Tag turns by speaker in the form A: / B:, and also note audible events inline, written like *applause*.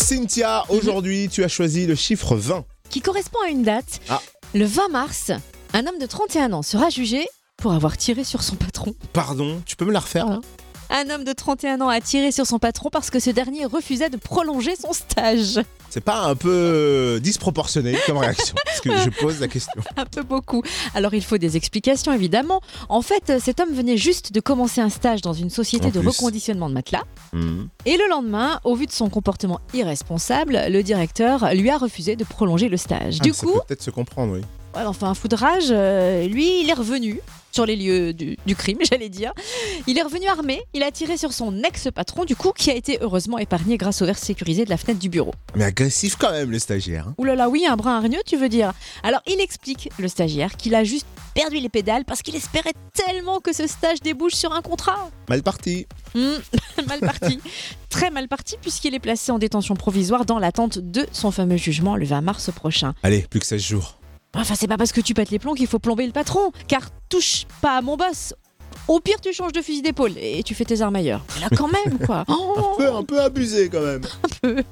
A: Cynthia, aujourd'hui, tu as choisi le chiffre 20.
B: qui correspond à une date.
A: Ah.
B: Le 20 mars, un homme de 31 ans sera jugé pour avoir tiré sur son patron.
A: Pardon, tu peux me la refaire là
B: Un homme de 31 ans a tiré sur son patron parce que ce dernier refusait de prolonger son stage. *laughs*
A: C'est pas un peu euh, disproportionné comme *laughs* réaction Parce que je pose la question.
B: Un peu beaucoup. Alors il faut des explications évidemment. En fait, cet homme venait juste de commencer un stage dans une société
A: En
B: de
A: plus.
B: reconditionnement de matelas.
A: Hmm. Ah,
B: Et le lendemain, au vu de son comportement irresponsable, le directeur lui a refusé de prolonger le stage.
A: Ah,
B: du
A: mais ça
B: coup,
A: peut peut-être se comprendre, oui.
B: Ouais, enfin, un foudrage, euh, lui, il est revenu sur les lieux du, du crime, *laughs* j'allais dire. Il est revenu armé, il a tiré sur son ex-patron, du coup, qui a été heureusement épargné grâce au verre sécurisé de la fenêtre du bureau.
A: Mais agressif quand même, le stagiaire. hein.
B: Ouh là là, oui, un brin hargneux, tu veux dire Alors, il explique, le stagiaire, qu'il a juste perdu les pédales parce qu'il espérait tellement que ce stage débouche sur un contrat.
A: Mal parti.
B: Hmm, *laughs* mal parti. Très mal parti, puisqu'il est placé en détention provisoire dans l'attente de son fameux jugement le 20 mars prochain.
A: Allez, plus que 16 jours.
B: Bah, Enfin, c'est pas parce que tu pètes les plombs qu'il faut plomber le patron, car touche pas à mon boss. Au pire, tu changes de fusil d'épaule et tu fais tes armes ailleurs. Là, quand même, quoi. Oh,
A: Un peu, un peu abusé quand même.